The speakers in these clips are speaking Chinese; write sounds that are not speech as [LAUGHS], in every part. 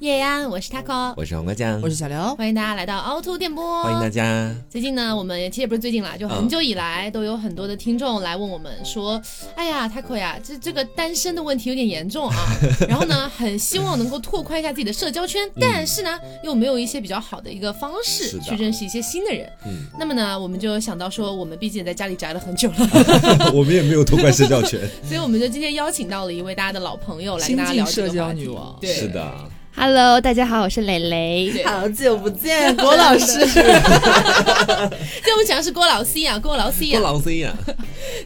叶安，我是 Taco，我是黄瓜酱，我是小刘，欢迎大家来到凹凸电波，欢迎大家。最近呢，我们其实也不是最近啦，就很久以来都有很多的听众来问我们说，哎呀，Taco 呀，这这个单身的问题有点严重啊。 [LAUGHS] 然后呢，很希望能够拓宽一下自己的社交圈，但是呢，又没有一些比较好的一个方嗯是式的去认识一些新的人。嗯，那么呢，我们就想到说，我们毕竟也在家里宅了很久了， [LAUGHS] [LAUGHS] 我们也没有拓宽社交圈，所以我们就今天邀请到了一位大家的老朋友来跟新大家晋聊这社个交话题女。王，对是的， Hello，大家好，我是蕾蕾。对 [LAUGHS] 好久不 [LAUGHS] 见，郭老师，就我们讲的是郭老 C 啊，郭老 C 不啊，狼 C 呀，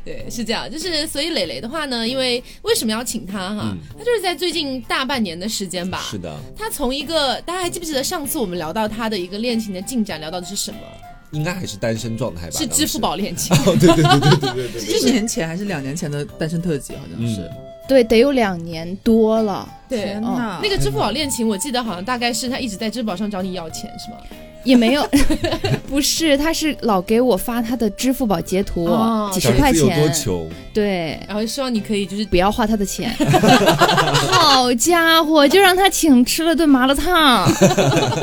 对，是这样，就是所以磊磊的话呢，因为为什么要请他哈、嗯他就是在最近大半年的时间吧，是的，他从一个大家还记不记得上次我们聊到他的一个恋情的进展，聊到的是什 [LAUGHS] 么？应该还是单身状态吧？是支付宝恋情。 [LAUGHS] 当时。哦，对对对对嗯对对对。一年前还是两年前的单身特辑，好像是。对，得有两年多了，对，呐那个支付宝恋情，我记得好像大概是他一直在支付宝上找你要钱， [LAUGHS] 是吗？也没 [LAUGHS] 有，不是，他是老给我发他的支付宝截图，哦几小十孩块子有多钱，穷？嗯对，然后希望你可以就是不要花他的钱。 [LAUGHS] 好家伙，就让他请吃了顿麻辣烫。好，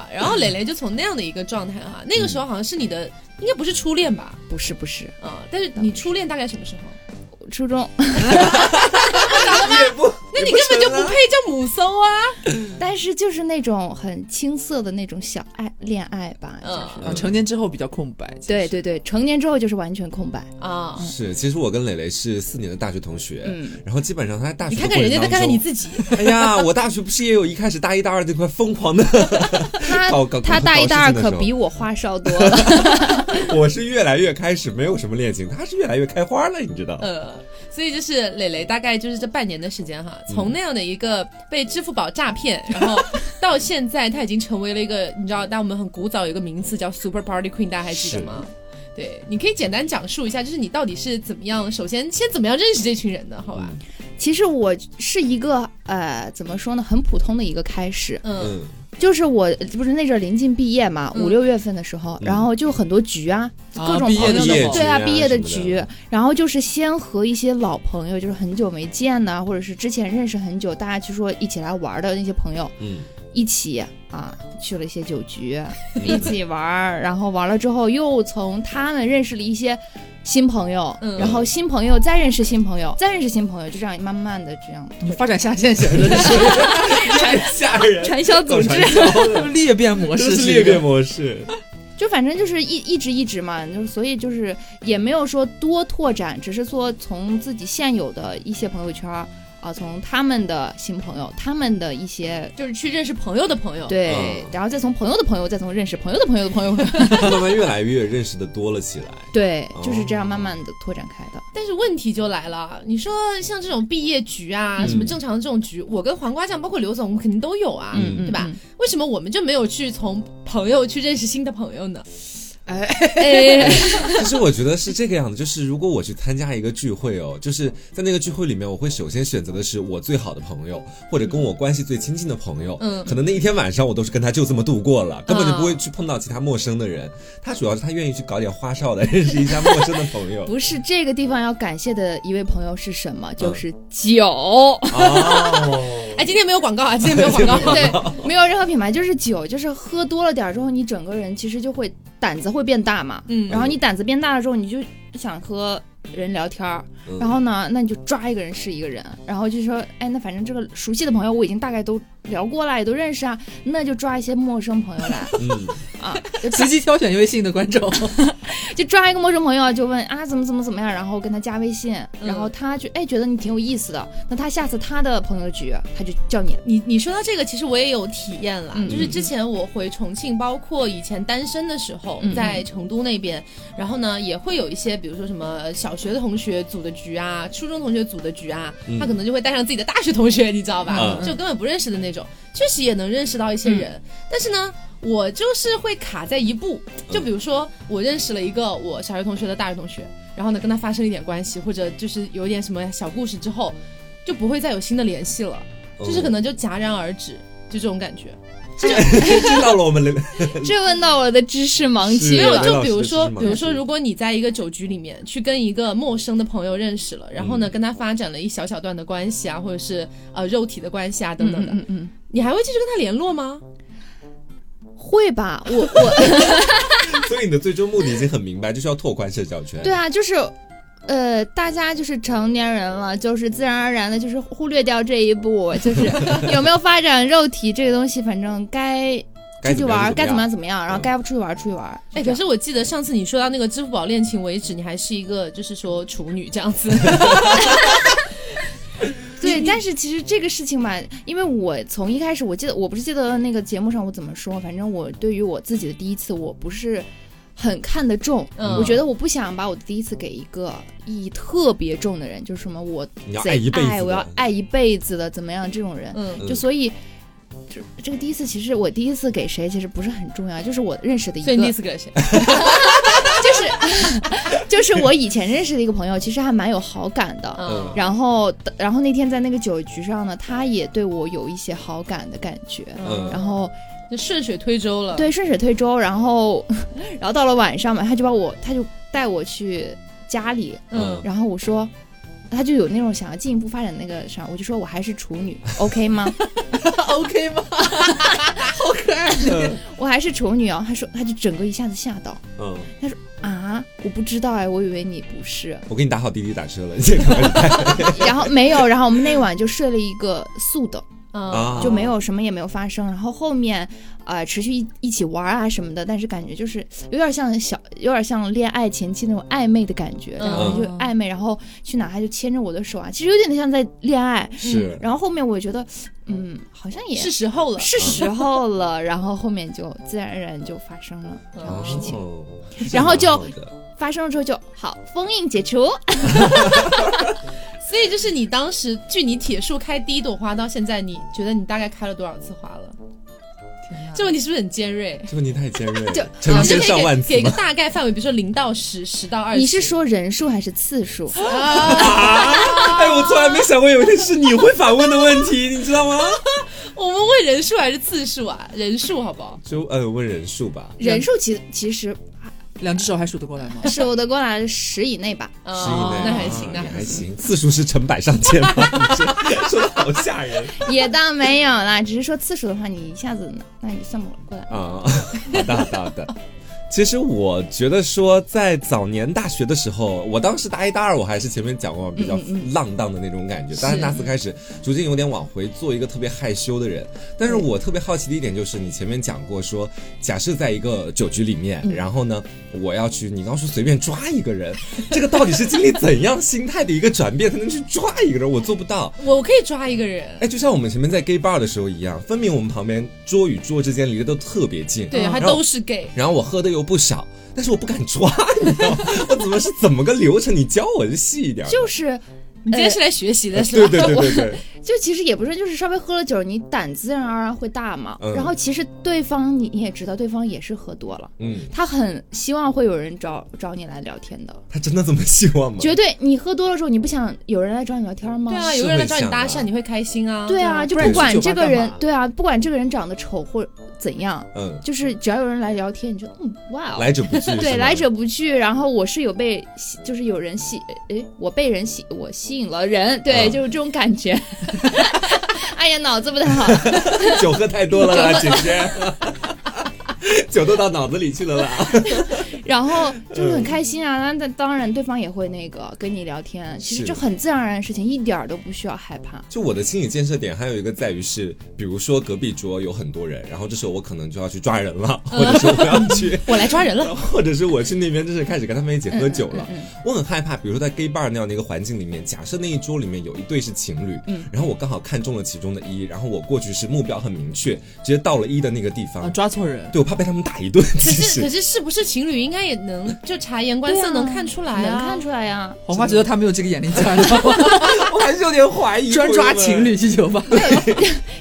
啊然后磊磊就从那样的一个状态嗯哈，那个时候好像是你的，应该不是初恋吧？不是不是，嗯，但是你初恋大概什么时候？初中，那你根本啊就不配叫母搜啊！但是就是那种很青涩的那种小爱恋爱吧，就嗯是。啊，成年之后比较空白。其实对，对对，成年之后就是完全空白。啊，是，其实我跟磊磊是四年的大学同学，嗯然后基本上他在大学你的看看人家，再啊过程看看当你中。自己，哎呀，我大学不是也有一开始大一大二那块疯狂的，他搞搞搞他大一搞大二事情的可时候比我花哨多了。我是越来越开始没有什么恋情，他是越来越开花了，你知道？呃，所以就是磊磊大概就是这半年的时间嗯哈，从那样的一个被支付宝诈骗， [LAUGHS] 然后到现在他已经成为了一个，你知道，但我们很古早有一个名词叫 Super Party Queen，大家还记得吗？对，你可以简单讲述一下，就是你到底是怎么样，首先先怎么样认识这群人的，好吧？其实我是一个呃，怎么说呢，很普通的一个开始，嗯嗯，就是我不是那阵儿临近毕业嘛，嗯五六月份的时候，嗯然后就很多局啊，啊各种毕业朋的友时业候对局啊毕业的什么局，然后就是先和一些老朋友，就是很久没见呐、或者是之前认识很久，大家就说一起来玩的那些朋友嗯，一起啊去了一些酒局，嗯一起玩儿，然后玩了之后又从他们认识了一些新朋友，嗯然后新朋友再认识新朋友，再认识新朋友，就这样慢慢的这样发展下线型 [LAUGHS] 的，太吓 [LAUGHS] [LAUGHS] 人，传销组织， [LAUGHS] 这是裂变模这式，是裂变模式。就反正就是一一直一直嘛，就是所以就是也没有说多拓展，只是说从自己现有的一些朋友圈儿啊，从他们的新朋友，他们的一些。就是去认识朋友的朋友，对，嗯然后再从朋友的朋友，再从认识朋友的朋友的朋友， [LAUGHS] 慢慢越来越认识的多了起来。对哦，就是这样慢慢的拓展开的。但是问题就来了，你说像这种毕业局啊，嗯什么正常的这种局，我跟黄瓜酱，包括刘总，我们肯定都有啊，嗯对吧？为什么我们就没有去从朋友去认识新的朋友呢？哎，其实我觉得是这个样子，就是如果我去参加一个聚会哦，就是在那个聚会里面，我会首先选择的是我最好的朋友，或者跟我关系最亲近的朋友。嗯可能那一天晚上我都是跟他就这么度过了，根本就不嗯会去碰到其他陌生的人。他主要是他愿意去搞点花哨的，认识一下陌生的朋 [LAUGHS] 友。哦不是这个地方要感谢的一位朋友是什嗯么？就是 [LAUGHS] 酒，哦，哎，今天没有广告啊，今天没有广 [LAUGHS] 告。对，对，没有任何品牌，就是酒，就是喝多了点儿之后，你整个人其实就会胆子会变大嘛，嗯，然后你胆子变大了之后，你就想和人聊天儿，嗯然后呢，那你就抓一个人是一个人，然后就说，哎，那反正这个熟悉的朋友我已经大概都聊过了，也都认识啊，那就抓一些陌生朋友来嗯， [LAUGHS] 啊， [LAUGHS] 随机挑选一位幸运的观众，就抓一个陌生朋友就问啊怎么怎么怎么样，然后跟他加微信，嗯然后他就哎觉得你挺有意思的，那他下次他的朋友局他就叫你，你你说到这个，其实我也有体验啦，嗯就是之前我回重庆，包括以前单身的时候，嗯在成都那边，然后呢也会有一些，比如说什么小学的同学组的局啊，初中同学组的局啊，嗯他可能就会带上自己的大学同学，你知道吧？嗯就根本不认识的那种，确实也能认识到一些嗯人，但是呢。我就是会卡在一步，就比如说我认识了一个我小学同学的大学同学，然后呢跟他发生一点关系，或者就是有一点什么小故事之后，就不会再有新的联系了。嗯就是可能就戛然而止，就这种感觉。知道了我们的 [LAUGHS] 这问到我的知识盲是区没有，白了。就老比师如是说，吗比如说，如果你在一个酒局里面去跟一个陌生的朋友认识了，然后呢，跟他发展了一小小段的关系啊，或者是呃肉体的关系啊等等的，嗯嗯，你还会继续跟他联络吗？会吧？我我所以你的最终目的已经很明白，就是要拓宽社交圈。对啊，就是，呃，大家就是成年人了，就是自然而然的，就是忽略掉这一步，就是 [LAUGHS] 有没有发展肉体这个东西，反正该该出去怎么玩样儿该怎么样？样怎么样，然后嗯该出去玩儿出去玩儿。哎，就可这样是我记得上次你说到那个支付宝恋情为止，你还是一个就是说处女这样子。对，但是其实这个事情吧，因为我从一开始，我记得我不是记得那个节目上我怎么说，反正我对于我自己的第一次，我不是。很看得重，嗯我觉得我不想把我的第一次给一个意义特别重的人，就是什么我你要贼爱一辈子爱的，我要爱一辈子的，怎么样这种人，嗯就所以，这这个第一次，其实我第一次给谁其实不是很重要，就是我认识的一所个，以你第一就次给了谁？是就是 [LAUGHS] 我以前认识的一个朋友，其实还蛮有好感的。嗯，然后，然后那天在那个酒局上呢，他也对我有一些好感的感觉。嗯然后就顺水推舟了。，对顺水推舟，然后 [LAUGHS] 然后到了晚上嘛，他就把我他就带我去家里，嗯，然后我说，他就有那种想要进一步发展那个啥，我就说我还是处女，OK 吗？ [LAUGHS] OK 吗？好可爱。嗯我还是处女哦。他说，他就整个一下子吓到。 [LAUGHS] 嗯，啊，我不知道哎，我以为你不是。我给你打好滴滴打车了，你这个 [LAUGHS] 然后没有，然后我们那晚就睡了一个素的，嗯，啊就没有什么也没有发生。然后后面呃持续一一起玩啊什么的，但是感觉就是有点像小，有点像恋爱前期那种暧昧的感觉，然后就嗯暧昧，然后去哪他就牵着我的手啊，其实有点像在恋爱。是。然后后面我觉得，嗯，好像也是时候了。是时候了，然后后面就自然而然就发生了这嗯样的事情。哦，然后就这样蛮好的发生了之后就好，封印解除。所以就是你当时据你铁树开第一朵花到现在，你觉得你大概开了多少次花了？这问题是不是很尖锐？这问题太尖锐了，就成啊就千可以上万给次给一个吗？大概范围，比如说零到十，十到二十。你是说人数还是次数？啊！哎，我从来没想过有一天是你会反问的问题，你知道吗？我们问人数还是次数啊？人数好不好？就呃，问人数吧，人数其 [LAUGHS] 其实两只手还数得过来 [LAUGHS] 吗？数得过来十以内吧。十以内哦，那还行，啊那也还还行。行，次数是成百上千吗？你这说的 [LAUGHS] 好吓人也倒没有啦，只是说次数的话，你一下子呢，那你算不过来。啊！好的，好的，好的。其实我觉得说，在早年大学的时候，我当时大一、大二，我还是前面讲过比较浪荡的那种感觉。大三、大四开始，逐渐有点往回做一个特别害羞的人。但是我特别好奇的一点就是，你前面讲过说，假设在一个酒局里面，然后呢，我要去，你刚说随便抓一个人， [LAUGHS] 这个到底是经历怎样心态的一个转变才能去抓一个人？我做不到。我可以抓一个人，哎，就像我们前面在 gay bar 的时候一样，分明我们旁边桌与桌之间离得都特别近，对，然还后都是 gay。然后我喝的又不少，但是我不敢抓，你知道吗？ [LAUGHS] 我怎么是怎么个流程？你教我就细一点儿。就是，你今天是来学习的是呃对吧？对对对 [LAUGHS] 对，就其实也不是，就是稍微喝了酒，你胆自然而然会大嘛。嗯然后其实对方你你也知道，对方也是喝多了，嗯，他很希望会有人找找你来聊天的。他真的这么希望嗯吗？绝对，你喝多了之后，你不想有人来找你聊天吗？ [LAUGHS] 对啊，是有个人来找你会搭想讪，的你会开心啊。对啊，这就不然不你去管酒吧这个干嘛人，对啊，不管这个人长得丑或怎样，嗯，就是只要有人来聊天，你就嗯，哇哦，来者不拒。 [LAUGHS] 对，是吗来。者不拒。然后我是有被吸，就是有人吸，诶，我被人吸，我吸引了人，对，嗯就是这种感觉。 [LAUGHS] 哎呀，脑子不太好了。酒喝太多了 [LAUGHS] 啦，姐姐。 [LAUGHS] 酒都到脑子里去了啦。然后就是嗯很开心啊，那那当然对方也会那个跟你聊天，其实是就很自然而然的事情，一点儿都不需要害怕。就我的心理建设点还有一个在于是，比如说隔壁桌有很多人，然后这时候我可能就要去抓人了，嗯或者说我要去我来抓人了。 [LAUGHS] 或者是我去那边，就是开始跟他们一起喝酒了。嗯嗯嗯我很害怕，比如说在 gay bar 那样的一个环境里面，假设那一桌里面有一对是情侣，然后我刚好看中了其中的一，然后我过去是目标很明确，直接到了一的那个地方，啊，抓错人。对我怕被他们打一顿。可其 [LAUGHS] 是可实是是不是情侣应该也能就察言观色对啊能看出来啊？能看出来呀、黄花觉得他没有这个眼力劲儿，你知道吗 [LAUGHS] 我还是有点怀疑专抓情。侣去酒吧。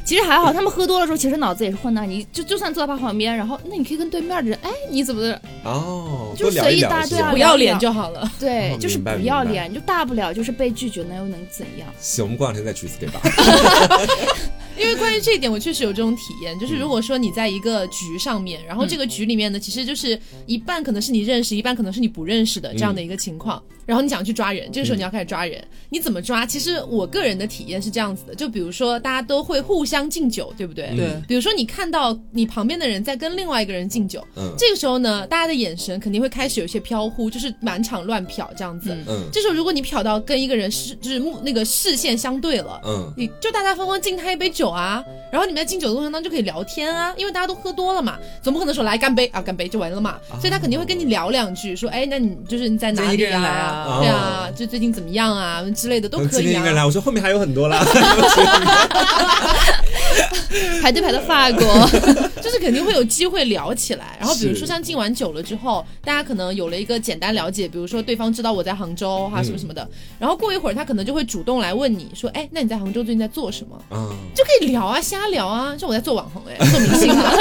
其实还好，他们喝多了之后，其实脑子也是混的。你就就算坐在他旁边，然后那你可以跟对面的人，哎，你怎么哦，就多聊一聊随意搭是对啊吧不要脸就好了。对，哦就是明白不要明白脸，就大不了就是被拒绝，那又能怎样？行，我们过两天再去 gay bar。 [LAUGHS] 因为关于这一点，我确实有这种体验，就是如果说你在一个局上面，然后这个局里面呢，其实就是一半可能是你认识，一半可能是你不认识的这样的一个情况，然后你想去抓人，这个时候你要开始抓人，你怎么抓？其实我个人的体验是这样子的，就比如说大家都会互相敬酒，对不对？嗯对，比如说你看到你旁边的人在跟另外一个人敬酒，嗯这个时候呢，大家的眼神肯定会开始有一些飘忽，就是满场乱瞟这样子。嗯嗯这时候如果你瞟到跟一个人视就是目那个视线相对了。嗯你就大大方方敬他一杯酒啊，然后你们在敬酒的过程当中就可以聊天啊，因为大家都喝多了嘛，总不可能说来干杯啊，干杯就完了嘛，所以他肯定会跟你聊两句，说哎，那你就是你在哪就一个里人来啊？啊对啊，就最近怎么样啊之类的都等可嗯今以天哦一啊个。人来，我说后面还有很多啦。排队排到法国， [LAUGHS] 就是肯定会有机会聊起来。然后比如是说像敬完酒了之后，大家可能有了一个简单了解，比如说对方知道我在杭州哈、嗯什么什么的。然后过一会儿他可能就会主动来问你说，哎，那你在杭州最近在做什么？啊，就可以聊啊，瞎聊啊，像我在做网红哎、做明星啊。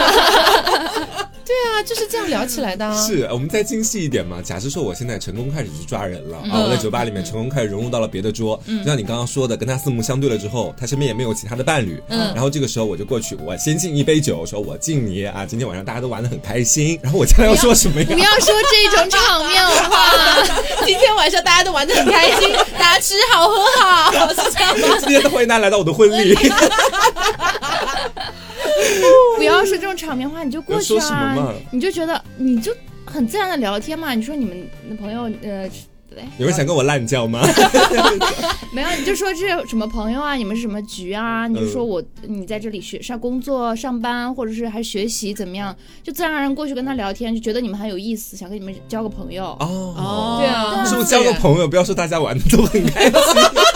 对啊，就是这样聊起来的、啊。是我们再精细一点嘛？假设说我现在成功开始去抓人了、啊，嗯我在酒吧里面成功开始融入到了别的桌，就像你刚刚说的，跟他四目相对了之后，他身边也没有其他的伴侣，嗯然后这个时候我就过去，我先敬一杯酒，说我敬你啊，今天晚上大家都玩的很开心，然后我将来要说什么 [LAUGHS] 不呀？要说这种场面话。啊今天晚上大家都玩的很开心，大家吃好喝好，是这样吗？今天欢迎大家来到我的婚 [LAUGHS] 礼，不要是这种场面话，你就过去要说什么嘛啊，你就觉得你就很自然的聊天嘛。你说你们的朋友呃，哎，有人想跟我滥交吗？没有，你就说这有什么朋友啊，你 [LAUGHS] 们是什么局嗯啊？你就说我你在这里学上工作、上班，或者是还学习怎么样，就自然而然过去跟他聊天，就觉得你们很有意思，想跟你们交个朋友。哦，对啊是不是交个朋友？不要说大家玩的都很开心，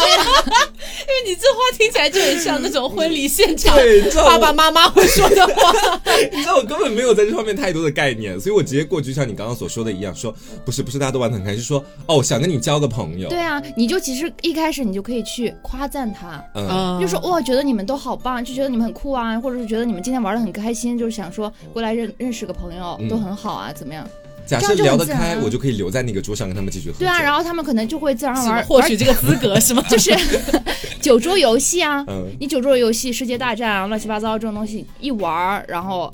因为你这话听起来就很像那种婚礼现场对，你知道爸我爸妈妈会说的 [LAUGHS] 话。你知道我根本没有在这方面太多的概念，所以我直接过去，像你刚刚所说的一样，说不是不是，大家都玩的很开心，是说哦，我想跟你交个朋友，对啊，你就其实一开始你就可以去夸赞他，嗯，嗯就说哇，觉得你们都好棒，就觉得你们很酷啊，或者是觉得你们今天玩的很开心，就是想说过来认认识个朋友嗯，都很好啊，怎么样？假这设样就很聊得自然啊开，我就可以留在那个桌上跟他们继续喝酒。对啊，然后他们可能就会自然而然获取这个资格是吗？就是 [LAUGHS] 酒桌游戏啊，嗯，你酒桌游戏、世界大战啊，乱七八糟这种东西一玩儿，然后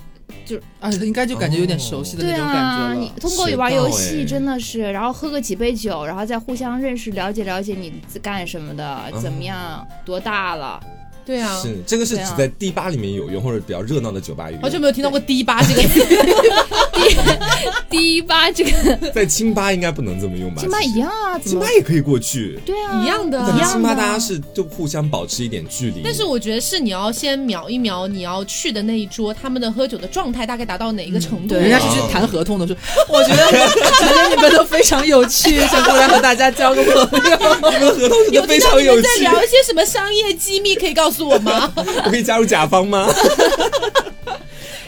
而啊且应该就感觉有点熟悉的对那种啊，感你觉了。通过学玩到游哎戏真的是，然后喝个几杯酒，然后再互相认识、了解了解你干什么的，怎么样，多大了，对啊，是这个是对啊只在 D 吧里面有用，或者比较热闹的酒吧有好久用，没有听到过“低八”这个词，第一吧这个在清吧应该不能这么用吧？亲妈其一实，样啊，怎清么吧也可以过去，对啊一样的但一样清吧的大家是就互相保持一点距离。但是我觉得是你要先瞄一瞄你要去的那一桌，他们的喝酒的状态大概达到哪一个程度。人家是去谈合同的，说我觉得今天你们都非常有趣，想过来和大家交个朋友。 [LAUGHS] 你们的合同真有的非常有听到你趣们在，聊一些什么商业机密，可以告诉我吗？ [LAUGHS] 我可以加入甲方 [LAUGHS] 吗？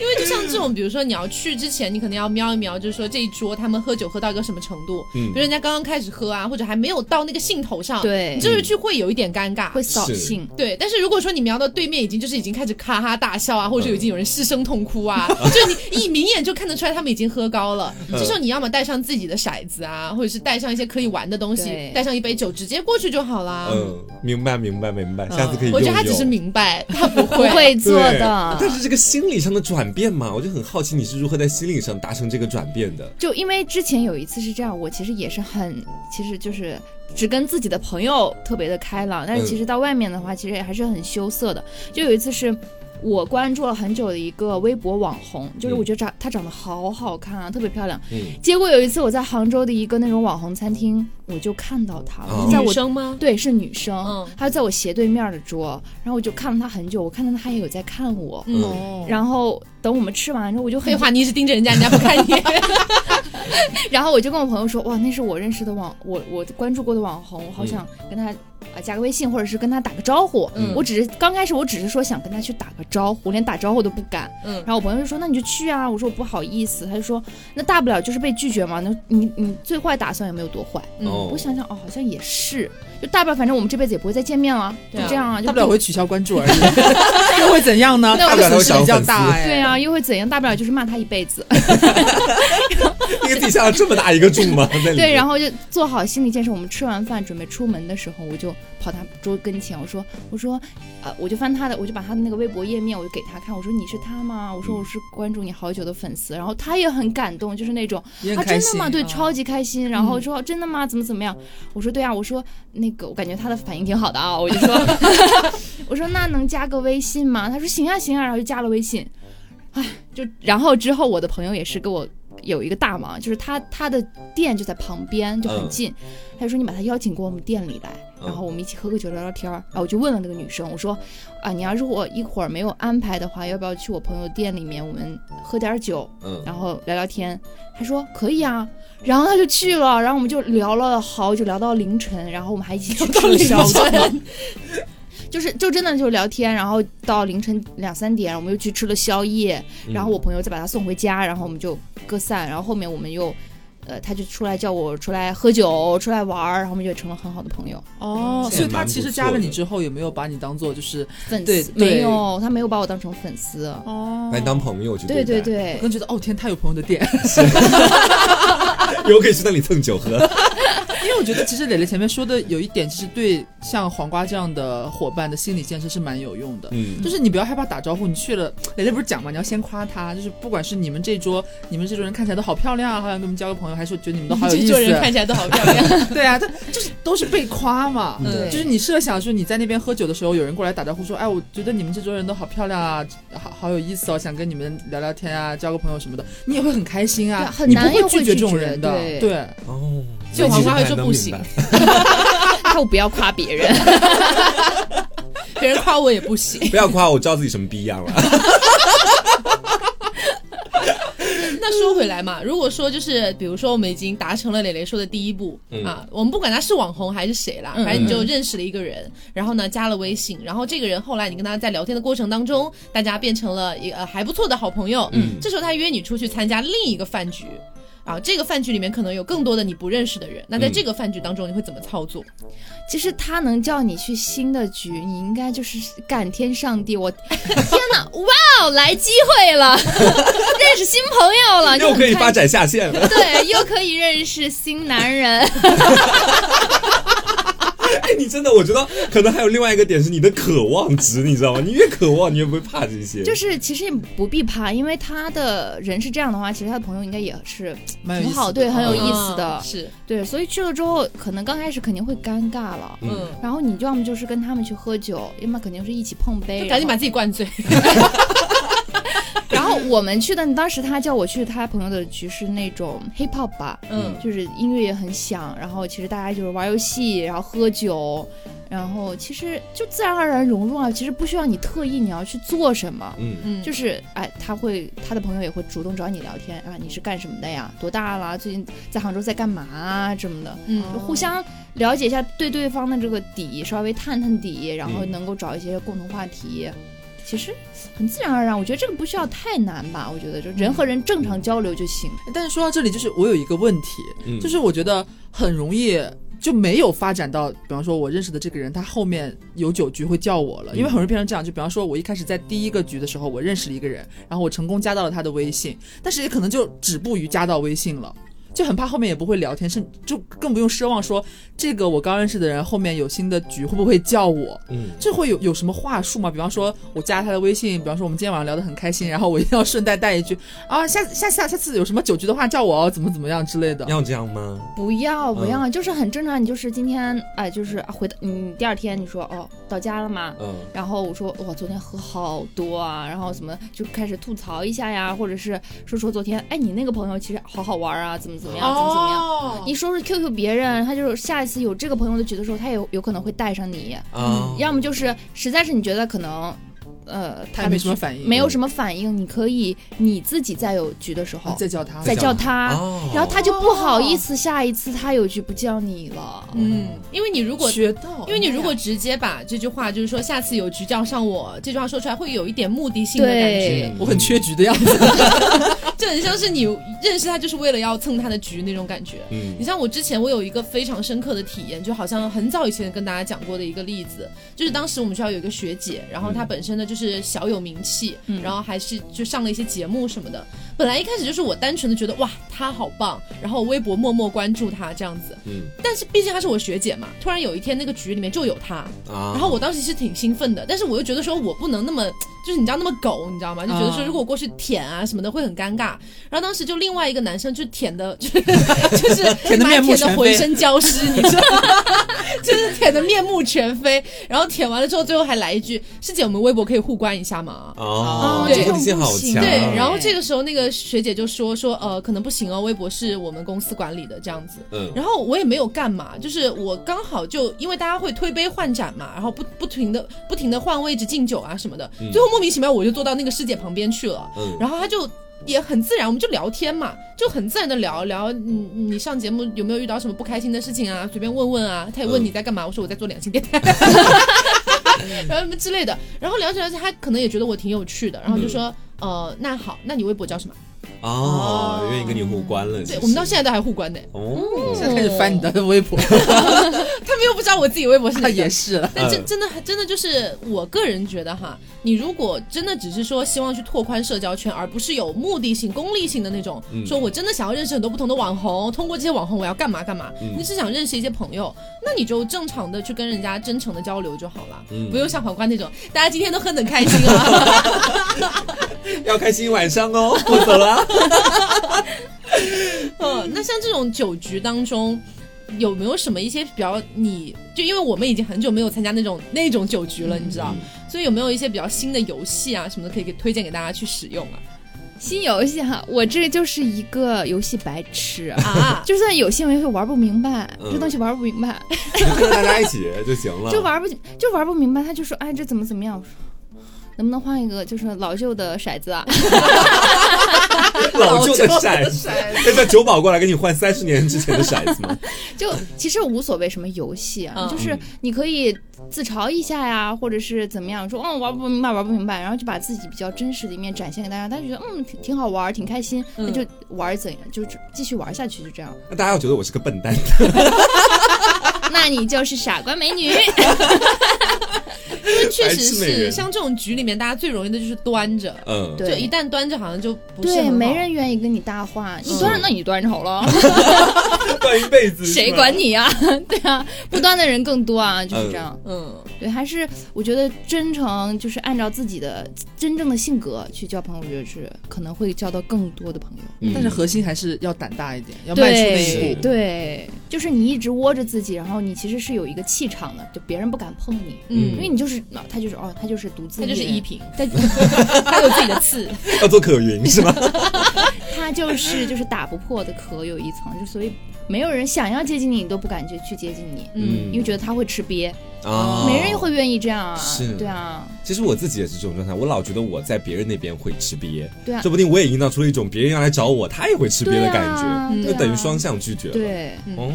因为就像这种，比如说你要去之前，你可能要瞄一瞄，就是说这一桌他们喝酒喝到一个什么程度，嗯比如人家刚刚开始喝啊，或者还没有到那个兴头上，，对你，这个去会有一点尴尬，会扫是兴。对，但是如果说你瞄到对面已经就是已经开始咔哈大笑啊，或者嗯已经有人失声痛哭啊， [LAUGHS] 就你一明眼就看得出来他们已经喝高了。嗯这时候你要么带上自己的骰子啊，或者是带上一些可以玩的东西对，带上一杯酒，直接过去就好啦。嗯，明白明白明嗯白，下次可以用一用。我觉得他只是明白，他不不 [LAUGHS] 会。会做对的，但是这个心理上的转变嘛，我就很好奇你是如何在心理上达成这个转变的。就因为之前有一次是这样，我其实也是很，其实就是只跟自己的朋友特别的开朗，但是其实到外面的话，其实也还是很羞涩的。就有一次是。我关注了很久的一个微博网红，就是我觉得长她长得好好看啊，特别漂亮。嗯 [LAUGHS] 结果有一次我在杭州的一个那种网红餐厅，我就看到她了，哦就在女我生吗？对是女生，嗯她在我斜对面的桌，然后我就看了她很久，我看到她也有在看我，嗯哦，然后等我们吃完之后，我就很废话，你一直盯着人家，人家不看你。然后我就跟我朋友说，哇，那是我认识的网，我我关注过的网红，我嗯好想跟他啊、呃加个微信，或者是跟他打个招呼。嗯我只是刚开始，我只是说想跟他去打个招呼，连打招呼都不敢。嗯然后我朋友就说，那你就去啊。我说我不好意思。他就说，那大不了就是被拒绝嘛。那你你最坏打算也没有多坏。嗯哦我想想，哦，好像也是，就大不了反正我们这辈子也不会再见面了，对就啊这样啊，就大不了会取消关注而已， [LAUGHS] 又会怎样呢？ [LAUGHS] 那我大损失比较大哎。对，啊，又会怎样？大不了就是骂他一辈子，那个地下这么大一个柱吗？那里对，然后就做好心理建设。我们吃完饭准备出门的时候，我就跑他桌跟前，我说，我说，呃，我就翻他的，我就把他的那个微博页面，我就给他看，我说你是他吗？我说嗯我是关注你好久的粉丝，然后他也很感动，就是那种也啊，很开真心的吗？对，啊超级开心。然后说真的吗？怎么怎么样？我说对啊，我说那个，我感觉他的反应挺好的啊，我就说， [LAUGHS] 我说那能加个微信吗？他说行啊行啊，然后就加了微信。哎，就然后之后我的朋友也是跟我有一个大忙，就是他他的店就在旁边，就很嗯近，他就说你把他邀请过我们店里来，然嗯后我们一起喝个酒聊聊天儿。然后我就问了那个女生，我说啊，你要是我一会儿没有安排的话，要不要去我朋友店里面我们喝点儿酒？嗯，然后聊聊天。他说可以啊，然后他就去了，然后我们就聊了好久，聊到凌晨，然后我们还一起 [LAUGHS] 去吃宵夜。就是就真的就聊天，然后到凌晨两三点，我们又去吃了宵夜，嗯然后我朋友再把他送回家，然后我们就各散，然后后面我们又，呃，他就出来叫我出来喝酒，出来玩儿，然后我们就成了很好的朋友。哦，嗯所以也他蛮其不实错加了你的之后，有没有把你当做就是粉对丝对没有，他没有把我当成粉丝。哦 [LAUGHS] 把你当朋友去对对对对，更觉得哦天，他有朋友的店， [LAUGHS] 待，以后可以去那里蹭酒喝。因为我觉得其实磊磊前面说的有一点，其实对像黄瓜这样的伙伴的心理建设是蛮有用的。嗯就是你不要害怕打招呼，你去了，蕾蕾不是讲嘛，你要先夸她，就是不管是你们这桌，你们这桌人看起来都好漂亮啊，好想跟我们交个朋友，还是觉得你们都好有这意啊桌人看思，起来都好漂亮， [LAUGHS] 对啊，但就是都是被夸嘛。嗯对就是你设想说你在那边喝酒的时候，有人过来打招呼说，哎，我觉得你们这桌人都好漂亮啊，好好有意思哦，想跟你们聊聊天啊，交个朋友什么的，你也会很开心啊，对很你难不又拒会绝拒这种绝人的，对对哦，就黄瓜会说不行能明他啊不要夸别人。别人夸我也不行。白，不要夸我，知道自己什么逼 [LAUGHS] 样了。那说回来嘛，如果说就是比如说我们已经达成了磊磊说的第一步、嗯啊，我们不管他是网红还是谁啦，嗯反正你就认识了一个人，然后呢加了微信，然后这个人后来你跟他在聊天的过程当中，大家变成了一个、呃、还不错的好朋友，嗯这时候他约你出去参加另一个饭局。啊，这个饭局里面可能有更多的你不认识的人，那在嗯这个饭局当中你会怎么操作？其实他能叫你去新的局，你应该就是感天上帝，我 [LAUGHS] 天哪，哇哦，来机会了， [LAUGHS] 认识新朋友了，[LAUGHS] 就又很可以开发，展下线了。对，又可以认识新男人，哎，你真的，我觉得 [LAUGHS] 可能还有另外一个点是你的渴望值，你知道吗？你越渴望，你越不会怕这些。就是其实也不必怕，因为他的人是这样的话，其实他的朋友应该也是蛮有意挺思好，的对，很哦有嗯意思的，是，对，所以去了之后，可能刚开始肯定会尴尬了。嗯，嗯，然后你就要么就是跟他们去喝酒，要么肯定是一起碰杯，就然赶紧后把自己灌醉。然后我们去的，当时他叫我去他朋友的局是那种 hip hop 吧，嗯，就是音乐也很响，然后其实大家就是玩游戏，然后喝酒，然后其实就自然而然融入啊，其实不需要你特意你要去做什么。嗯，嗯，就是是哎，他会他的朋友也会主动找你聊天啊，你是干什么的呀？多大啦？最近在杭州在干嘛啊？什么的，嗯就互相了解一下对对方的这个底，稍微探探底，然后嗯能够找一些共同话题。其实很自然而然，我觉得这个不需要太难吧？我觉得就人和人正常交流就行。但是说到这里，就是我有一个问题，嗯就是我觉得很容易就没有发展到，比方说我认识的这个人，他后面有酒局会叫我了，因为很容易变成这样。就比方说，我一开始在第一个局的时候，我认识了一个人，然后我成功加到了他的微信，但是也可能就止步于加到微信了。就很怕后面也不会聊天，甚就更不用奢望说这个我刚认识的人后面有新的局会不会叫我，嗯，这会有有什么话术吗？比方说我加他的微信，比方说我们今天晚上聊得很开心，然后我一定要顺带带一句啊，下下下下次有什么酒局的话叫我哦，怎么怎么样之类的。要这样吗？不要不要，就是很正常。你就是今天哎，就是啊回到你第二天，你说哦到家了吗？嗯，然后我说我昨天喝好多啊，然后什么就开始吐槽一下呀，或者是说说昨天哎你那个朋友其实好好玩啊，怎么怎么样，怎么怎么样。哦，你说是 QQ 别人，他就是下一次有这个朋友的局的时候，他也有有可能会带上你。啊，嗯要么就是实在是你觉得可能，呃，他他也的没什么局反应，没有什么反应，你可以你自己再有局的时候、哦，再叫他，再叫他，哦然后啊他就不好意思，下一次他有局不叫你了。嗯，因为你如果学哦到，因为你如果直接把这句话，就是说下次有局叫上我这句话说出来，会有一点目的性的感对觉。哦我很缺局的样子，就很像是你认识他就是为了要蹭他的局那种感觉。嗯你像我之前，我有一个非常深刻的体验，就好像很早以前跟大家讲过的一个例子，就是当时我们学校有一个学姐，然后她本身呢就是小有名气，嗯然后还是就上了一些节目什么的。本来一开始就是我单纯的觉得哇她好棒，然后我微博默默关注她这样子，嗯但是毕竟她是我学姐嘛，突然有一天那个局里面就有她，啊，然后我当时是挺兴奋的，但是我又觉得说我不能那么，就是你知道那么狗，你知道吗？就觉得说啊如果我过去舔啊什么的会很尴尬。然后当时就另外一个男生就舔的， [LAUGHS] 就是就是舔得把面目舔的全浑非身焦湿，你知道吗？就是舔的面目全非。然后舔完了之后，最后还来一句：“师姐，我们微博可以互关一下吗？”哦，对目的性好强啊，对，啊然后这个时候那个学姐就说说呃，可能不行哦，微博是我们公司管理的这样子。嗯然后我也没有干嘛，就是我刚好就因为大家会推杯换盏嘛，然后不不停的不停的换位置敬酒啊什么的，嗯最后莫名其妙我就坐到那个师姐旁边去了，嗯然后她就。也很自然，我们就聊天嘛，就很自然的聊聊。你你上节目有没有遇到什么不开心的事情啊？随便问问啊。她也问嗯你在干嘛，我说我在做两性电 [LAUGHS] 台，然后什么之类的。然后聊着聊着，她可能也觉得我挺有趣的，然后嗯就说，呃，那好，那你微博叫什么？哦，愿意跟你互关了，对其实我们到现在都还互关呢。哦，现在开始翻你的微 [LAUGHS] 博，他们又不知道我自己微博是哪他个。也是了。但真嗯真的真的就是我个人觉得哈，你如果真的只是说希望去拓宽社交圈，而不是有目的性、功利性的那种，嗯说我真的想要认识很多不同的网红，通过这些网红我要干嘛干嘛，嗯你只想认识一些朋友，那你就正常的去跟人家真诚的交流就好了，嗯不用像皇冠那种，大家今天都喝得很开心啊。要开心一晚上哦， [LAUGHS] 我走了。嗯，那像这种酒局当中。有没有什么一些比较你就因为我们已经很久没有参加那种那种酒局了，你知道，所以有没有一些比较新的游戏啊什么的可以给推荐给大家去使用啊？新游戏哈，我这就是一个游戏白痴，啊，就算有新闻也玩不明白，嗯这东西玩不明白，你就跟着大家一起就行了，就玩不就玩不明白，他就说哎这怎么怎么样，我说能不能换一个就是老旧的骰子啊？ [LAUGHS] 老旧的骰子，那叫酒保过来给你换三十年之前的骰子吗？ [LAUGHS] 就其实无所谓什么游戏啊，嗯就是你可以自嘲一下呀，或者是怎么样，说嗯玩不明白玩不明白，然后就把自己比较真实的一面展现给大家，大家觉得嗯挺挺好玩，挺开心，嗯那就玩怎样就继续玩下去，就这样。那大家要觉得我是个笨蛋，那你就是傻瓜美 [LAUGHS] 女，确实白痴美是人像这种局里面，大家最容易的就是端着，嗯，就一对。旦端着，好像就不是对，很好没人愿意跟你搭话，你嗯端着那你端着好了，断一辈子，谁管？你 [LAUGHS] 呀、对啊，不端的人更多啊，就是这样。嗯对，还是我觉得真诚就是按照自己的真正的性格去交朋友，我觉得是可能会交到更多的朋友。嗯 [LAUGHS] 但是核心还是要胆大一点，要迈出那一对步。对，就是你一直窝着自己，然后你其实是有一个气场的，就别人不敢碰你，嗯因嗯，为你就是啊他就是哦，他就是独自他一就人，是依萍，他他有自己的刺，要做可云是 [LAUGHS] 吗？他 [LAUGHS] 就是就是打不破的壳有一层，就所以没有人想要接近你，你都不敢去去接近你。嗯嗯因为觉得他会吃瘪，啊没人会愿意这样啊！是对啊，其实我自己也是这种状态，我老觉得我在别人那边会吃瘪，对啊说不定我也营造出了一种别人要来找我，他也会吃瘪对的啊感觉，嗯对就啊等于双向拒绝了。对，啊哦，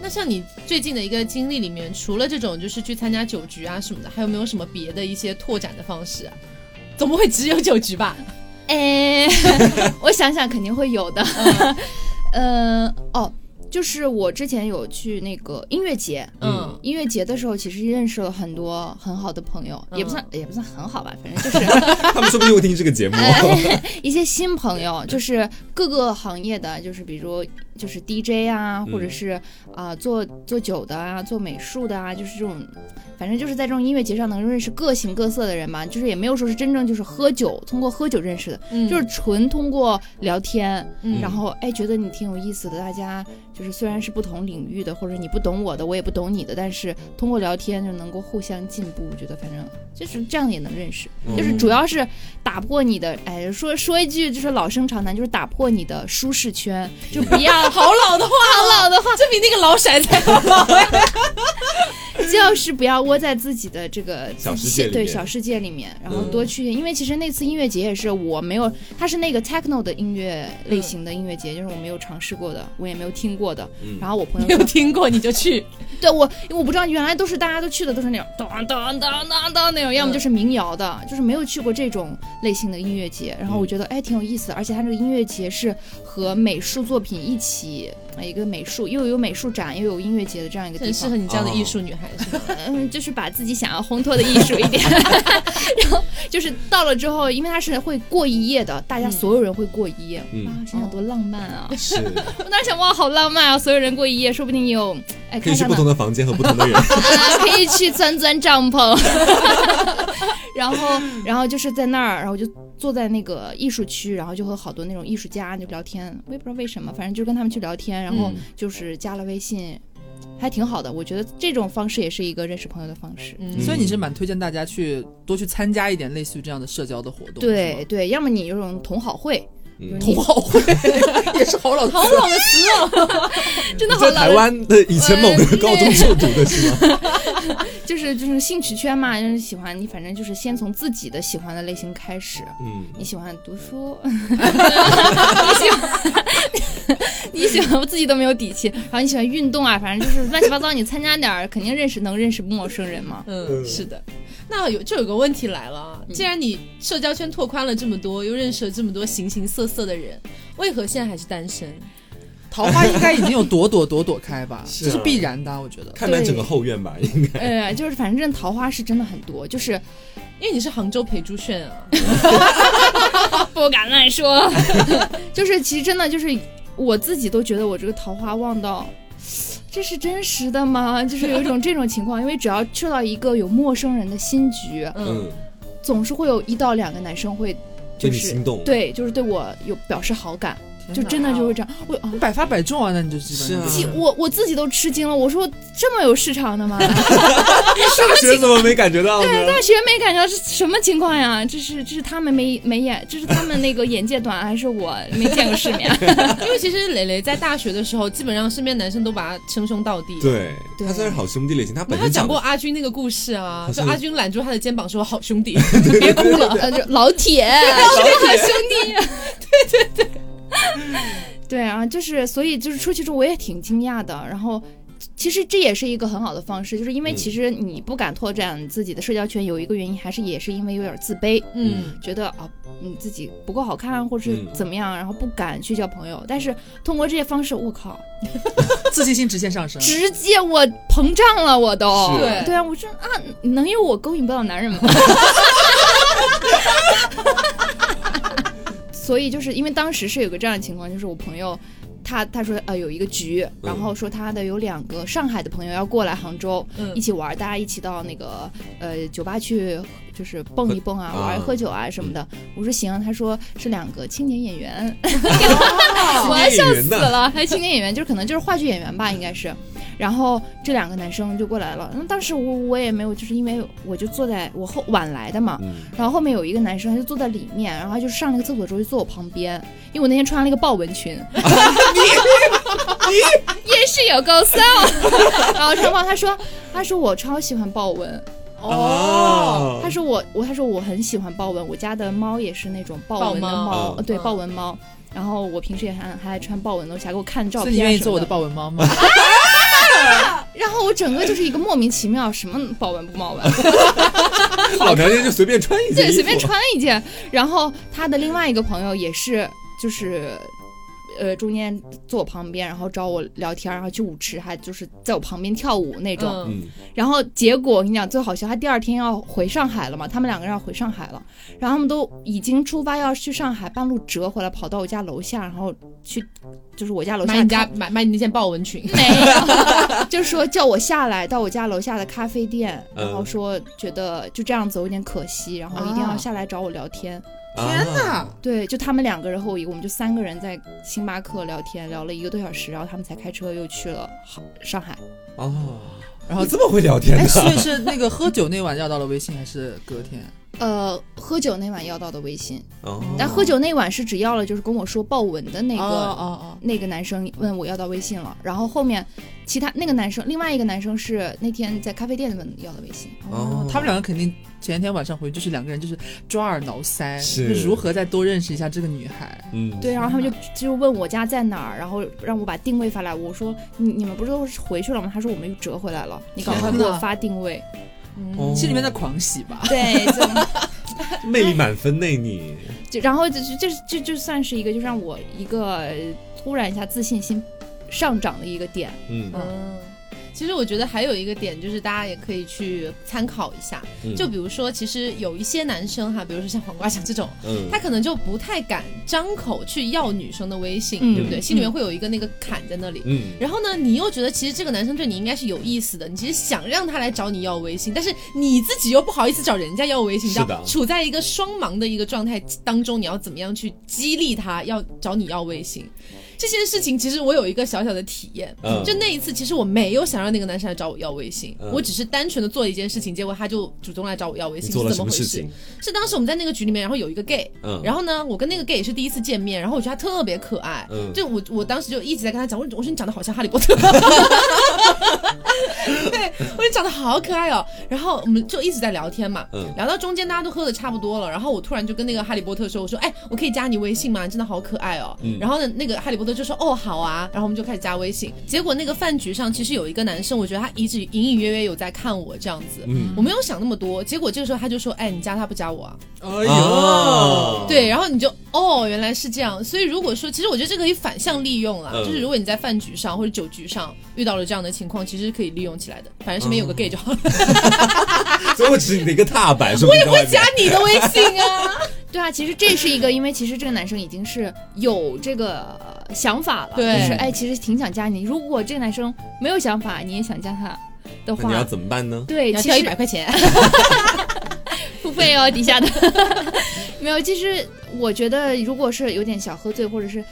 那像你最近的一个经历里面，除了这种就是去参加酒局啊什么的，还有没有什么别的一些拓展的方式啊？总不会只有酒局吧？哎， [LAUGHS] 我想想肯定会有的。 [LAUGHS] 嗯，哦，就是我之前有去那个音乐节，嗯嗯音乐节的时候，其实认识了很多很好的朋友，也不算也不算很好吧，反正就是他们说不定会听这个节目。哎一些新朋友，就是各个行业的，就是比如就是 DJ 啊，嗯或者是啊、做做酒的啊，做美术的啊，就是这种，反正就是在这种音乐节上能认识各形各色的人嘛，就是也没有说是真正就是喝酒，通过喝酒认识的，嗯就是纯通过聊天，嗯然后哎觉得你挺有意思的，大家就是虽然是不同领域的，或者你不懂我的，我也不懂你的，但是通过聊天就能够互相进步，我觉得反正就是这样也能认识，嗯就是主要是打破你的哎说说一句就是老生常谈，就是打破你的舒适 [LAUGHS] 圈，就不要好好老的话，老的话，这比那个老骰子还要老。其就是不要窝在自己的这个小自己世界里对面小世界里面，然后嗯多去，因为其实那次音乐节也是我没有，它是那个 techno 的音乐类型的音乐节，就是我没有尝试过的，我也没有听过的。 [LAUGHS] 嗯然后我朋友没有说，听过你就去，对我，因为我不知道原来都是大家都去的都是那种当当当当当那种，要嗯么就是民谣的，就是没有去过这种类型的音乐节。然后嗯我觉得哎挺有意思的，而且它这个音乐节是和美术作品一起，呃一个美术又有美术展又有音乐节的这样一个 [LAUGHS] 地很适方合。你这样的艺术女孩是吗？嗯，就是把自己想要烘托的艺术一 [LAUGHS] 点，然后就是到了之后，因为他是会过一夜的，大家所有人会过一夜，嗯哇，想想多浪漫啊！ [LAUGHS] 是我当时想，哇，好浪漫啊！所有人过一夜，说不定也有，哎，可看以去上不哪同的房间和不同 [LAUGHS] 的人，啊，可以去钻钻帐篷， [LAUGHS] 然后，然后就是在那儿，然后就坐在那个艺术区，然后就和好多那种艺术家就聊天，我也不知道为什么，反正就跟他们去聊天，然后嗯就是加了微信，还挺好的。我觉得这种方式也是一个认识朋友的方式。嗯，所以你是蛮推荐大家去多去参加一点类似于这样的社交的活动。是对吗，对，要么你有种同好会，嗯同同好会 [LAUGHS] 也是好老好老的词哦。真的好在台老，湾的以前某个高中就读的是吗？就是就是兴趣圈嘛，就是喜欢你，反正就是先从自己的喜欢的类型开始。嗯， [LAUGHS] 你喜欢读书，你喜欢你喜欢，我自己都没有底气。然后你喜欢运动啊，反正就是乱七八糟，你参加点儿，肯定认识能认识陌生人 [LAUGHS] 嘛。嗯，是的。那有就有个问题来了，啊既然你社交圈拓宽了这么多，又认识了这么多形形色色的人，为何现在还是单身？桃花应该已经有朵朵朵朵开吧，是啊这是必然的啊，我觉得。看满整个后院吧，应该呃，就是反正桃花是真的很多，就是因为你是杭州裴珠炫啊，啊不敢乱说， [LAUGHS] 就是其实真的就是我自己都觉得我这个桃花旺到，这是真实的吗？就是有一种这种情况，因为只要去到一个有陌生人的新局，嗯，嗯，总是会有一到两个男生会对就你是心动，对，就是对我有表示好感，天就哪真的就会这样。我啊你百发百中啊，那你就基本上是其啊我我自己都吃惊了，我说这么有市场 [LAUGHS] 的吗？上学怎么没感觉到呢？大学没感觉到是什么情况呀？这是这是他们没没眼，这是他们那个眼界短，还是我没见过世 [LAUGHS] 面？因为其实蕾蕾在大学的时候，基本上身边男生都把她称兄道弟。。对对他虽然好兄弟类型，他本他身讲长过得阿军那个故事啊，好就像阿军揽住他的肩膀说：“好兄弟。别哭了，呃就 [LAUGHS] 老铁，好兄弟，对 [LAUGHS] 对对。对啊，就是所以就是出去之后我也挺惊讶的，然后其实这也是一个很好的方式，就是因为嗯其实你不敢拓展自己的社交圈，有一个原因还是也是因为有点自卑，”嗯，觉得啊你自己不够好看或者是嗯怎么样，然后不敢去交朋友。但是通过这些方式，我靠，自信心直线上升。直接我膨胀了，我都嗯是对对啊，我说啊，能有我勾引不到男 [LAUGHS] 人吗？所以就是因为当时是有个这样的情况，就是我朋友，他他说呃有一个局，嗯然后说他的有两个上海的朋友要过来杭州、嗯一起玩，大家一起到那个呃酒吧去，就是蹦一蹦啊，喝玩啊喝酒啊什么的。我说行，他说是两个青年 [LAUGHS] 演员，我演员死呢，了，还青年演员，就是可能就是话剧演员吧，应该是。然后这两个男生就过来了，那当时我我也没有，就是因为我就坐在我后晚来的嘛，嗯，然后后面有一个男生他就坐在里面，然后他就上了个厕所之后就坐我旁边，因为我那天穿了一个豹纹 [LAUGHS] 裙，也是有够骚，然后穿豹，他说他说我超喜欢豹纹。哦他说我我他说我很喜欢豹纹，我家的猫也是那种豹纹的豹猫，猫哦嗯呃对嗯豹纹猫。然后我平时也还还爱穿豹纹的，我还给我看照所片。以你愿意做我的？豹纹猫吗？然后我整个就是一个莫名其妙，什么豹纹不豹纹，老男人就随便穿一件， [LAUGHS] 对，随便，穿一件。然后他的另外一个朋友也是，就是，呃，中间坐我旁边，然后找我聊天，然后去舞池，还就是在我旁边跳舞那种。嗯嗯，然后结果我跟你讲最好笑，他第二天要回上海了嘛，他们两个人要回上海了，然后他们都已经出发要去上海，半路折回来跑到我家楼下，然后去就是我家楼下买你家看买买你那件豹纹 [LAUGHS] 裙，没 [LAUGHS] 有，就说叫我下来到我家楼下的咖啡店，嗯然后说觉得就这样子有点可惜，然后一定要下来找我聊天。天啊，哪！对，就他们两个人和我一个，我们就三个人在星巴克聊天，聊了一个多小时，然后他们才开车又去了好上海。哦，然你后这么会聊天啊哎，的，所以是那个喝酒那晚要到了微信，还是隔天？呃，喝酒那晚要到的微信，哦，但喝酒那晚是只要了就是跟我说豹纹的那哦个哦那个男生问我要到微信了，然后后面其他那个男生，另外一个男生是那天在咖啡店问要的微信，哦哦哦，他们两个肯定前一天晚上回去就是两个人就是抓耳挠腮，是就如何再多认识一下这个女孩。嗯，对，然后他们就就问我家在哪儿，然后让我把定位发来，我说你你们不是都回去了吗？他说我们又折回来了，你赶快给我发定位。哦心里面在狂喜吧。 [LAUGHS] 对，就 [LAUGHS] 魅力满分内你，就然后就就这这就算是一个，就让我一个呃突然一下自信心上涨的一个点。嗯嗯，其实我觉得还有一个点，就是大家也可以去参考一下。嗯就比如说，其实有一些男生哈，比如说像黄瓜酱这种，嗯他可能就不太敢张口去要女生的微信，嗯对不对？嗯心里面会有一个那个坎在那里。嗯，然后呢，你又觉得其实这个男生对你应该是有意思的，你其实想让他来找你要微信，但是你自己又不好意思找人家要微信，你知是道，的处在一个双盲的一个状态当中，你要怎么样去激励他要找你要微信？这件事情其实我有一个小小的体验，嗯就那一次，其实我没有想让那个男生来找我要微信，嗯我只是单纯的做了一件事情，结果他就主动来找我要微你信，做了是什怎么么回事事情？？是当时我们在那个局里面，然后有一个 gay，嗯，然后呢，我跟那个 gay 也是第一次见面，然后我觉得他特别可爱，嗯就我我当时就一直在跟他讲，我说我说你长得好像哈利波特， [LAUGHS] 对，我说你长得好可爱哦。然后我们就一直在聊天嘛，嗯聊到中间大家都喝的差不多了，然后我突然就跟那个哈利波特说，我说哎，我可以加你微信吗？你真的好可爱哦。嗯然后呢，那个哈利波特就说哦好啊，然后我们就开始加微信。结果那个饭局上其实有一个男生，我觉得他一直隐隐约约有在看我这样子。嗯，我没有想那么多，结果这个时候他就说：“哎，你加他不加我啊？”哎哦对，然后你就哦，原来是这样。所以如果说，其实我觉得这个可以反向利用啦，嗯就是如果你在饭局上或者酒局上遇到了这样的情况，其实可以利用起来的。反正身边嗯有个 gay 就好了， [LAUGHS] 所以我只是你的一个踏板，是不是？我也会加你的微信 [LAUGHS] 啊。对啊，其实这是一个，因为其实这个男生已经是有这个呃想法了，对就是哎，其实挺想加你。如果这个男生没有想法，你也想加他的那你要话，怎么办呢？对，你要其交实一百块钱，付费哦，底下 [LAUGHS] 的没有。其实我觉得，如果是有点小喝醉，或者是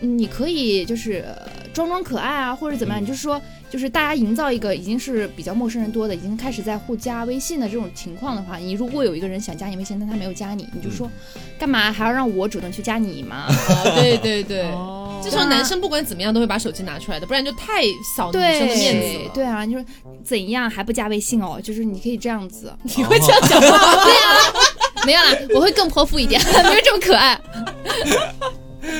嗯你可以就是呃装装可爱啊，或者怎么嗯样，你就是说，就是大家营造一个已经是比较陌生人多的，已经开始在互加微信的这种情况的话，你如果有一个人想加你微信，但他没有加你，你就说、干嘛还要让我主动去加你嘛？ [LAUGHS] 啊对对对。哦这时候男生不管怎么样都会把手机拿出来的，不然就太扫女生的面子 [LAUGHS] 对了。对啊，你说怎样还不加微信哦？就是你可以这样子，哦你会这样讲话？ [LAUGHS] 没有啦，我会更泼妇一点， [LAUGHS] 没有这么可爱。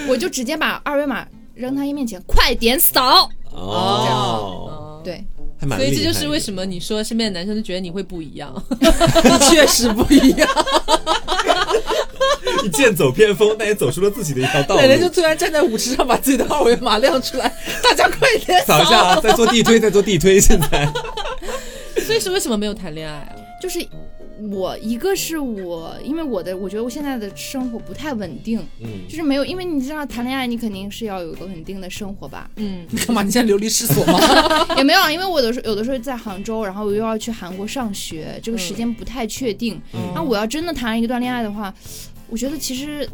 我就直接把二维码扔他一面前，快点扫。哦，对，还蛮所以厉害这的就是为什么你说身边的男生都觉得你会不一样。 [LAUGHS] 确实不一样，一 [LAUGHS] 剑走偏锋，但也走出了自己的一 [LAUGHS] 条道奶奶就路。突然站在舞池上，把自己的二维码亮出来，大家快点扫一下啊，在做地推，在做地推，现在所以是为什么没有谈恋爱啊？就是我一个是我，因为我的我觉得我现在的生活不太稳定，嗯就是没有，因为你知道谈恋爱，你肯定是要有一个稳定的生活吧。嗯，干嘛？你现在流离失所吗？ [LAUGHS] 也没有啊，因为我有的时候有的时候在杭州，然后我又要去韩国上学，这个时间不太确定。嗯哦那我要真的谈一段恋爱的话，我觉得其实，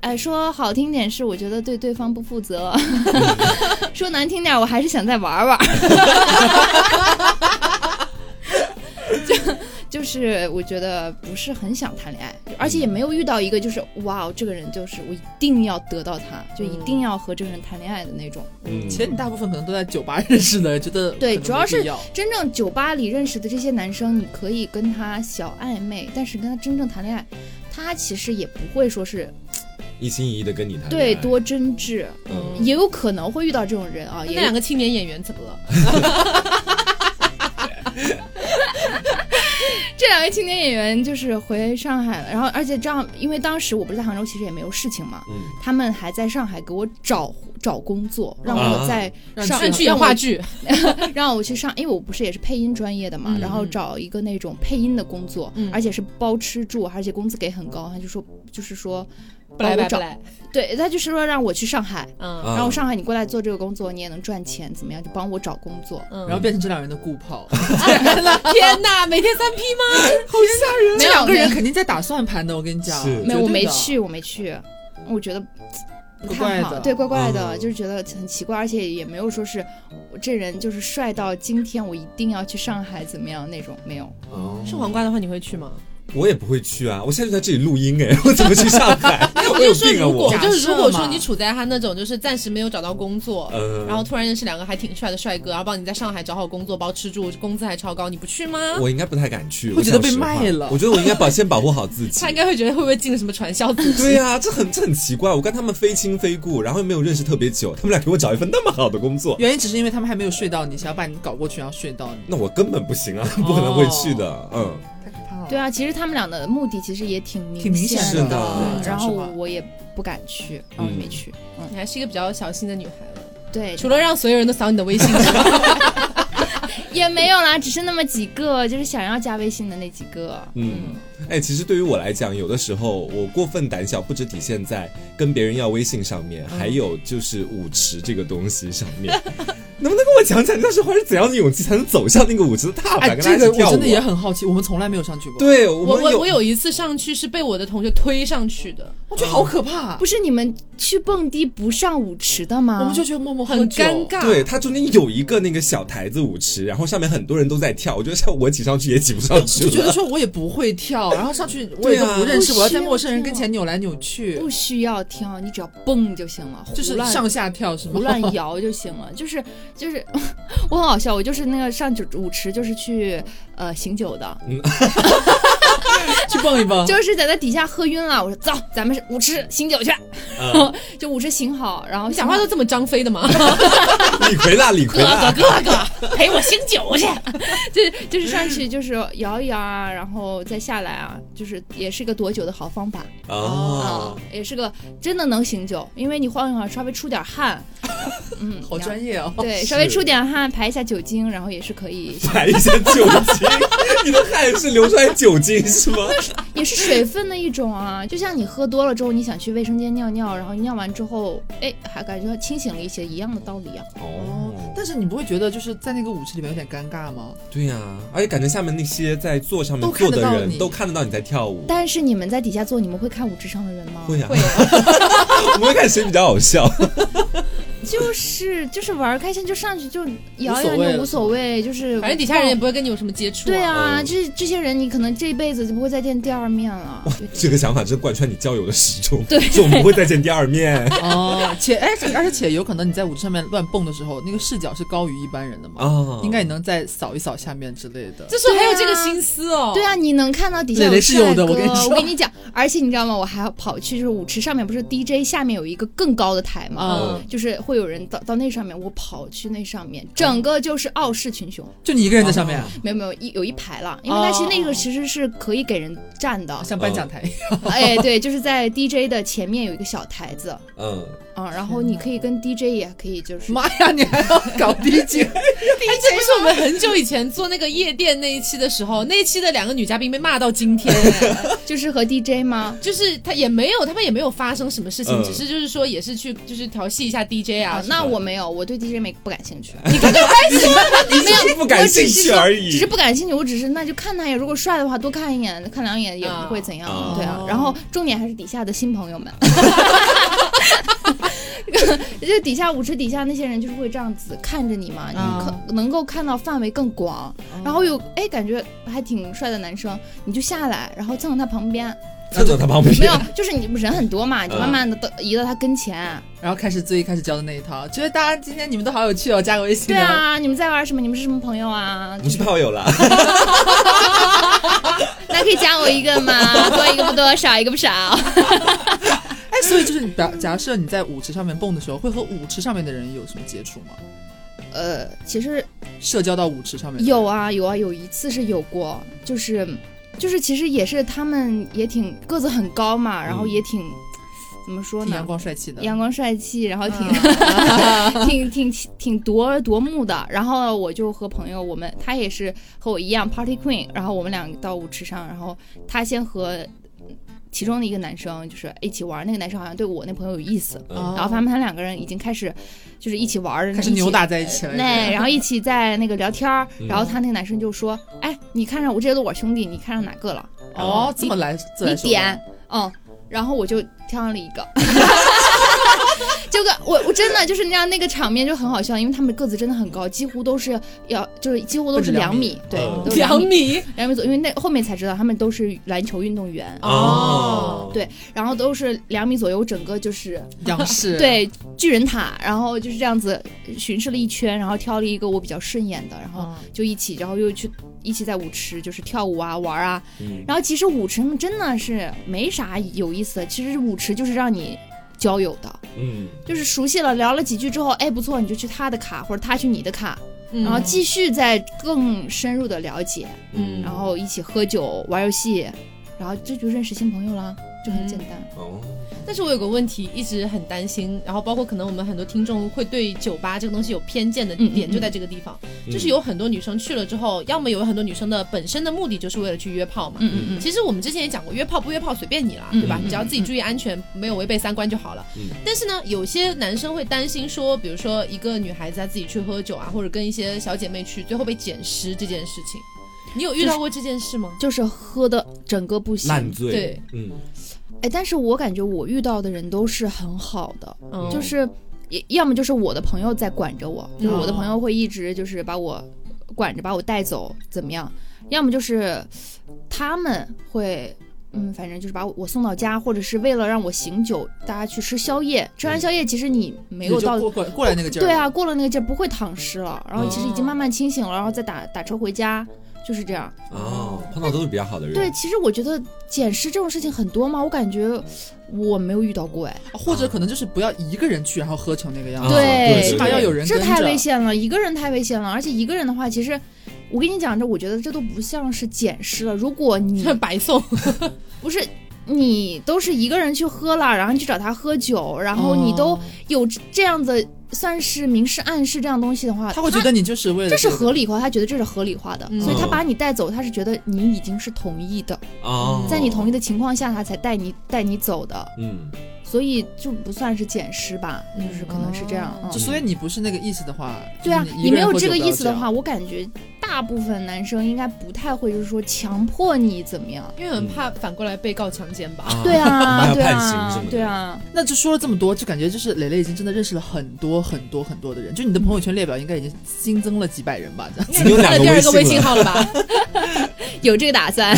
哎，说好听点是我觉得对对方不负责，说难听点我还是想再玩 [LAUGHS] 玩。就就是我觉得不是很想谈恋爱，而且也没有遇到一个就是哇哦，这个人就是我一定要得到他，就一定要和这个人谈恋爱的那种。嗯其实你大部分可能都在酒吧认识的，觉得对可能没主要是必要真正酒吧里认识的这些男生，你可以跟他小暧昧，但是跟他真正谈恋爱，他其实也不会说是一心一意的跟你谈恋爱对多真挚，嗯也有可能会遇到这种人啊。那也两个青年演员怎么了？这两位青年演员就是回上海了，然后而且这样，因为当时我不是在杭州，其实也没有事情嘛，嗯他们还在上海给我找找工作，让啊我在让上上你去演话剧，让我去上，因为我不是也是配音专业的嘛，嗯然后找一个那种配音的工作，嗯而且是包吃住，而且工资给很高。他就说，就是说，不来帮白我不找，来。对他就是说让我去上海，嗯啊然后上海你过来做这个工作，你也能赚钱，怎么样？就帮我找工作。嗯，然后变成这两人的顾 [LAUGHS] 炮， [LAUGHS] 哎天哪，每天三 P 吗？好吓人没这有两个没人有肯定在打算盘的，我跟你讲啊是，绝没有，我对没的。去，我没去，我觉得不太怪好，的对，怪怪的，嗯就是觉得很奇怪，而且也没有说是我这人就是帅到今天我一定要去上海怎么样那种，没有。哦是黄瓜的话，你会去吗？我也不会去啊，我现在就在这里录音哎，我怎么去上海？ [LAUGHS] 我我有就说，病啊如我果！就是如果说你假设嘛处在他那种就是暂时没有找到工作，嗯然后突然认识两个还挺帅的帅哥，然后帮你在上海找好工作，包吃住，工资还超高，你不去吗？我应该不太敢去，会觉得我讲被实话卖了我觉得我应该保先保护好自己他。应该会觉得会不会进了什么传销组织？对呀、这很这很奇怪。我跟他们非亲非故，然后又没有认识特别久，他们俩给我找一份那么好的工作，原因只是因为他们还没有睡到你，想要把你搞过去，然后睡到你，那我根本不行啊， [LAUGHS] 不可能会去的。嗯太可怕了。对，啊，其实他们俩的目的其实也挺明挺明显啊显的是的的嗯然后讲实话我也不敢去，然后嗯没去。嗯， [LAUGHS] 你还是一个比较小心的女孩了，对，除了让所有人都扫你的微信之外，也没有啦，只是那么几个，就是想要加微信的那几个。嗯嗯，哎，其实对于我来讲，有的时候我过分胆小，不只体现在跟别人要微信上嗯面，还有就是舞池这个东西上面。 [LAUGHS] 能不能跟我讲讲，你那时候是怎样的勇气才能走向那个舞池的踏哎，板，跟大这家个一起跳舞？啊我真的也很好奇，我们从来没有上去过，，对， [LAUGHS] 我我们我有我有一次上去是被我的同学推上去的，我觉得好可怕。不是你们去蹦迪不上舞池的吗？我们就去默默喝很酒尴。尬。对，它中间有一个那个小台子舞池，然后上面很多人都在跳，我觉得像我挤上去也挤不上去就觉得了。说我也不会 [LAUGHS] 跳，然后上去我也都不认识，对啊我要在陌生人跟前扭来扭去不，需要跳，你只要蹦就行了，就是胡乱上下跳是胡吗？ [LAUGHS] 乱摇就行了。就是就是， [LAUGHS] 我很好笑，我就是那个上酒舞池，就是去呃醒酒的，去蹦一蹦，就是在那底下喝晕了。我说走，咱们是舞池醒酒去，嗯就舞池醒好，然后你醒讲话好都这么张飞 [LAUGHS] 的吗？李逵啦，李逵 [LAUGHS] 啦，哥哥陪我醒酒去， [LAUGHS] 就是就是上去就是摇一摇啊，然后再下来啊，就是也是个躲酒的好方法啊、哦，也是个真的能醒酒，因为你晃一晃稍微出点汗，嗯，好专业。业哦。对，是稍微出点汗，排一下酒精，然后也是可以，排一下酒精， [LAUGHS] 你的汗是流出来酒精是吗？也是水分的一种啊。就像你喝多了之后，你想去卫生间尿尿，然后尿完之后，哎，还感觉到清醒了一些，一样的道理啊。哦哦，，但是你不会觉得就是在那个舞池里面有点尴尬吗？对呀、而且感觉下面那些在座上面都看坐得的到人你都看得到你在跳舞，但是你们在底下做，你们会看舞池上的人吗？会呀、会啊， [LAUGHS] 我们会看谁比较好笑。 [LAUGHS] 就是就是玩儿开心就上去就摇无一摇所谓就了无所谓，就是反正底下人也不会跟你有什么接触、对啊，嗯这这些人你可能这辈子就不会再见第二面了。就这个想法真贯穿你交友的始终，对就我们不会再见第二面哦，且哎，而且有可能你在舞池上面乱蹦的时候，那个视角是高于一般人的嘛，啊。应该也能再扫一扫下面之类的。这时候还有这个心思哦。对啊，你能看到底下磊有磊是帅有哥，的我跟你说我跟你讲，而且你知道吗？我还要跑去就是舞池上面，不是 DJ 下面有一个更高的台吗？啊、就是会有人到到那上面，我跑去那上面，整个就是傲视群雄，就你一个人在上面啊，没有没有一有一排了，因为它其实那个其实是可以给人站的，像颁奖台一样。哎对，就是在 DJ 的前面有一个小台子，嗯，啊，然后你可以跟 DJ 也可以就 [LAUGHS] 是妈呀，你还要搞 [LAUGHS] DJ？哎，这不是我们很久以前做那个夜店那一期的时候，那一期的两个女嘉宾被骂到今天，哎就是和 DJ 吗？就是她也没有，他们也没有发生什么事情，嗯只是就是说也是去就是调戏一下 DJ [LAUGHS] 啊啊，什么的。那我没有，我对 DJ 没不感兴趣，你只是不感兴趣而只是已。不感兴趣，我只是那就看他呀，如果帅的话多看一眼，看两眼也不会怎样，啊对啊哦。然后重点还是底下的新朋 [LAUGHS] 友们。就底下舞池底下那些人就是会这样子看着你嘛，啊你可、能够看到范围更广，然后有哎感觉还挺帅的男生，你就下来，然后蹭到他旁边，站到他旁没有边，，啊就是你人很多嘛，你就慢慢的移到他跟前，然后开始最一开始教的那一套，觉得大家今天你们都好有趣哦，加个微信。对，啊，你们在玩什么？你们是什么朋友啊我？们是炮友了。那可以加我一个吗？多一个不多，少一个不少。哎，所以就是你假假设你在舞池上面蹦的时候，会和舞池上面的人有什么接触吗？呃，其实社交到舞池上面的人有啊有啊，有一次是有过，就是就是其实也是他们也挺个子很高嘛，然后也挺、怎么说嗯挺阳呢？光帅气的，嗯阳光帅气，然后挺、啊 [LAUGHS] 挺挺挺夺夺目的。然后我就和朋友，我们他也是和我一样 party queen，然后我们俩到舞池上，然后他先和其中的一个男生就是一起玩，那个男生好像对我那朋友有意思，嗯哦然后他们他两个人已经开始就是一起玩儿，开始一起扭。打在一起了。那哎然后一起在那个聊天儿，嗯然后他那个男生就说：“哎，你看上我这些都我兄弟，你看上哪个了？哦，这么来，这你来说 [LAUGHS] 点，嗯。”然后我就挑上了一个，就这个我我真的就是那样，那个场面就很好笑，因为他们个子真的很高，几乎都是要就是几乎都是两米，对，嗯都是两两米米两米左右，因为那后面才知道他们都是篮球运动员，哦对，然后都是两米左右，整个就是央视，对巨人塔，然后就是这样子巡视了一圈，然后挑了一个我比较顺眼的，然哦后嗯，就一起，然后又去一起在舞池就是跳舞啊玩啊，嗯然后其实舞池上真的是没啥有意思的，其实舞池就是让你交友的，嗯，就是熟悉了聊了几句之后，哎不错，你就去他的卡或者他去你的卡，嗯然后继续再更深入的了解，嗯然后一起喝酒玩游戏，然后这就认识新朋友了，就很简单。哦，但是我有个问题一直很担心，然后包括可能我们很多听众会对酒吧这个东西有偏见的嗯嗯点嗯就在这个地方，嗯就是有很多女生去了之后，要么有很多女生的本身的目的就是为了去约炮嘛。嗯嗯嗯，其实我们之前也讲过，约炮不约炮随便你啦，嗯对吧？嗯你只要自己注意安全，没有违背三观就好了。嗯但是呢，有些男生会担心说，比如说一个女孩子她自己去喝酒啊，或者跟一些小姐妹去，最后被捡尸这件事情，你有遇到过这件事吗？就是喝的整个不行。烂醉，对，嗯，哎，但是我感觉我遇到的人都是很好的，嗯，就就是是也要么就是我的朋友在管着我，就是我的嗯哦朋友会一直就是把我管着，把我带走怎么样？要么就是他们会。嗯，反正就是把我我送到家，或者是为了让我醒酒，大家去吃宵夜。吃完宵夜，其实你没有嗯你就到过过过来那个劲儿，嗯对，啊，过了那个劲儿不会躺尸了，然后其实已经哦慢慢清醒了，然后再打打车回家，就是这样。哦，碰到都是比较好的人，对，其实我觉得捡尸这种事情很多嘛，我感觉我没有遇到过哎，或者可能就是不要一个人去，然后喝成那个样啊子，对起码要有人这跟着，太危险了，一个人太危险了，而且一个人的话，其实我跟你讲，这我觉得这都不像是捡尸了。如 [LAUGHS] 果你白 [LAUGHS] 送，不是你都是一个人去喝了，然后你去找他喝酒，然后你都哦有这样的算是明示暗示这样东西的话，他会觉得你就是为了这是个合理化，他觉得这是合理化的，嗯所以他把你带走，他是觉得你已经是同意的，哦，在你同意的情况下，他才带你带你走的，嗯，所以就不算是捡尸吧，就是可能是这样。嗯就嗯，所以你不是那个意思的话，对啊就，是你一个没人有喝酒这个不要意思的样话，我感觉大部分男生应该不太会，就是说强迫你怎么啊样。因为很怕反过来被告强奸吧。啊对， [LAUGHS] 啊，还有对判刑什啊么的，对啊，那就说了这么多，就感觉就是蕾蕾已经真的认识了很多很多很多的人，就你的朋友圈列表应该已经新增了几百人 [LAUGHS] 吧，这样。嗯应该你换了第二个微信号了吧？有这个打算。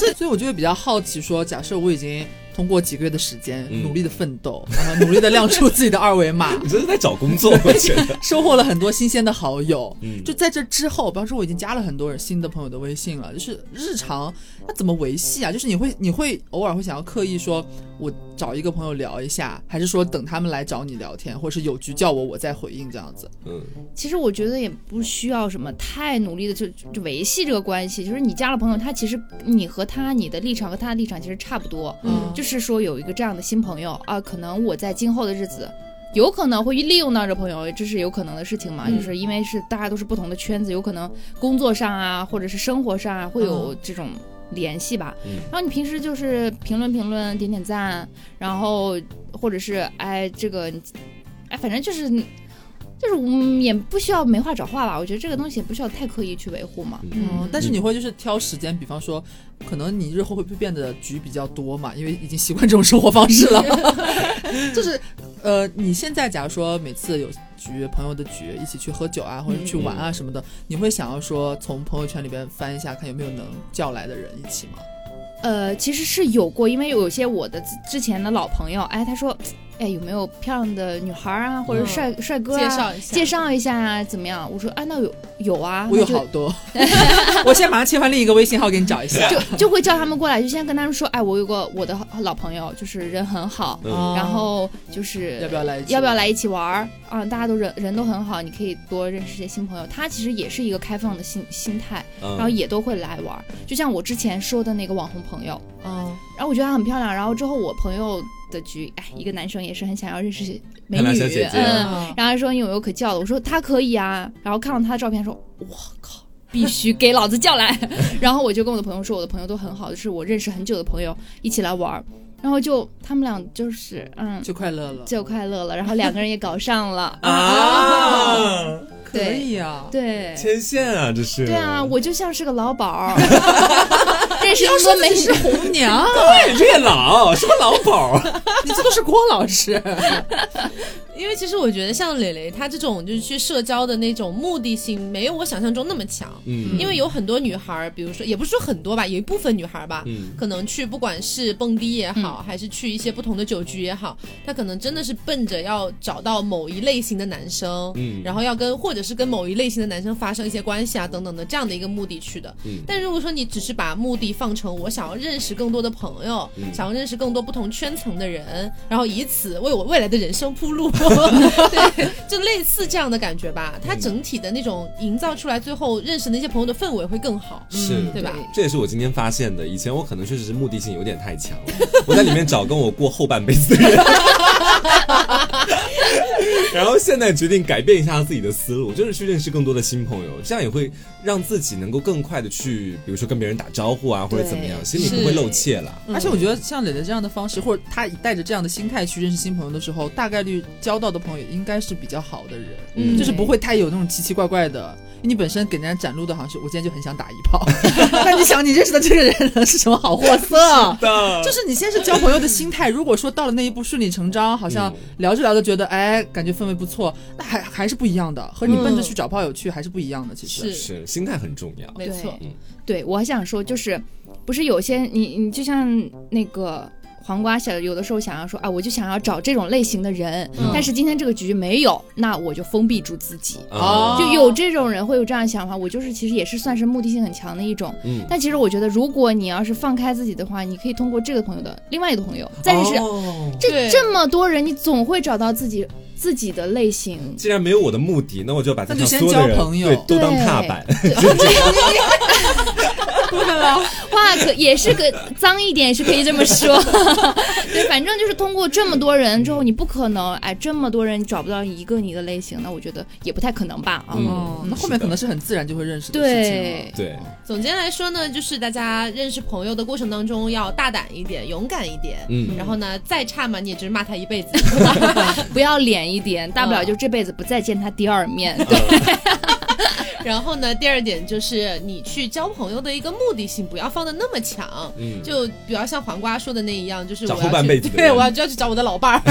这所以我就会比较好奇说，假设我已经通过几个月的时间嗯努力的奋斗，然后努力的亮出自己的二维 [LAUGHS] 码，你这是在找工作，我觉得，收获了很多新鲜的好友。嗯，就在这之后，比方说我已经加了很多人新的朋友的微信了，就是日常那怎么维系啊？就是你会你会偶尔会想要刻意说，我找一个朋友聊一下，还是说等他们来找你聊天，或者是有局叫我我再回应这样子？嗯其实我觉得也不需要什么太努力的就就就维系这个关系，就是你加了朋友，他其实你和他你的立场和他的立场其实差不多，嗯就是说有一个这样的新朋友啊，可能我在今后的日子。有可能会利用到这朋友，这是有可能的事情嘛？嗯就是因为是大家都是不同的圈子，有可能工作上啊，或者是生活上啊，嗯会有这种联系吧。嗯然后你平时就是评论评论，点点赞，然后或者是哎这个你，哎反正就是就是嗯也不需要没话找话吧。我觉得这个东西也不需要太刻意去维护嘛。嗯但是你会就是挑时间，比方说，可能你日后会不会变得局比较多嘛？因为已经习惯这种生活方式了。 [LAUGHS] 就是，呃，你现在假如说每次有局朋友的局，一起去喝酒啊，或嗯者去玩啊什么的，你会想要说从朋友圈里边翻一下，看有没有能叫来的人一起吗？呃，其实是有过，因为有些我的之之前的老朋友，哎，他说，哎，有没有漂亮的女孩啊，或者嗯帅、帅哥啊，介绍一下，介绍一下啊，怎么样？我说，哎，那有有啊，我那有就好多， [LAUGHS] 我现在马上切换另一个微信号给你找一下。就就会叫他们过来，就先跟他们说，哎，我有个我的老朋友，就是人很好，嗯然后就是要不要来一起？要不要来一起玩儿啊？大家都人人都很好，你可以多认识一些新朋友。他其实也是一个开放的心心态，嗯，然后也都会来玩儿。就像我之前说的那个网红朋友，嗯？然后我觉得她很漂亮，然后之后我朋友的局，哎，一个男生也是很想要认识美漂亮女，小姐姐。嗯，嗯，然后他说你有没有可叫的？我说他可以啊，然后看到他的照片说，我靠。必须给老子叫来！ [LAUGHS] 然后我就跟我的朋友说，我的朋友都很好，就是我认识很久的朋友，一起来玩儿。然后就他们俩就是，嗯，就快乐了就快乐了，然后两个人也搞上了啊，可以 [LAUGHS] 啊。对牵线啊，这是，对啊，我就像是个老鸨儿，认识一个美女，红娘，哎对，月老什么老鸨儿，你这都是郭老师。因因为其实我觉得像蕾蕾她这种就是去社交的那种目的性，没有我想象中那么强。嗯因为有很多女孩儿，比如说也不是说很多吧，有一部分女孩儿吧，嗯可能去不管是蹦迪也好，还是去一些不同的酒局也好，她可能真的是奔着要找到某一类型的男生，嗯然后要跟或者是跟某一类型的男生发生一些关系啊等等的这样的一个目的去的。嗯但如果说你只是把目的放成我想要认识更多的朋友，嗯想要认识更多不同圈层的人，然后以此为我未来的人生铺 [LAUGHS] 路，对，就类似这样的感觉吧。它整体的那种营造出来，最后认识的那些朋友的氛围会更好，是对吧？对这也是我今天发现的。以前我可能确实是目的性有点太强了，我在里面找跟我过后半辈子的人， [LAUGHS] 然后现在决定改变一下自己的思路，就是去认识更多的新朋友，这样也会让自己能够更快的去，比如说跟别人打招呼啊，或者怎么样，对心里不会露怯了。嗯而且我觉得像磊磊这样的方式，或者他以带着这样的心态去认识新朋友的时候，大概率交到的朋友应该是比较好的人，嗯就是不会太有那种奇奇怪怪的。你本身给人家展露的好像是我今天就很想打一炮， [LAUGHS] 那你想你认识的这个人是什么好货色？的就是你先是交朋友的心态，如果说到了那一步顺理成章，好像嗯聊着聊着觉得哎感觉氛围不错，那还还是不一样的，和你奔着去找炮友去还是不一样的。其嗯实是嗯是心态很重要。没错，嗯对，我还想说就是，不是有些你你就像那个黄瓜想有的时候想要说啊，我就想要找这种类型的人，嗯但是今天这个局没有，那我就封闭住自己。啊就有这种人会有这样的想法，我就是其实也是算是目的性很强的一种。嗯，但其实我觉得，如果你要是放开自己的话，你可以通过这个朋友的另外一个朋友再认识哦对这这么多人，你总会找到自己自己的类型。既然没有我的目的，那我就把那这就先所有的人交朋友对都当对踏板。话可也是个脏一点，也是可以这么说。对，反正就是通过这么多人之后，你不可能哎，这么多人你找不到一个你的类型，那我觉得也不太可能吧啊。嗯哦，那后面可能是很自然就会认识的事情了。嗯对，对，总结来说呢，就是大家认识朋友的过程当中要大胆一点，勇敢一点。嗯然后呢，再差嘛，你也只是骂他一辈子。 [LAUGHS] 不要脸一点，大不了就这辈子不再见他第二面。对，然后呢，第二点就是你去交朋友的一个目的性不要放的那么强，嗯就比较像黄瓜说的那一样，就是我找要后半去辈子的对人我要就要去找我的老伴儿。 [LAUGHS]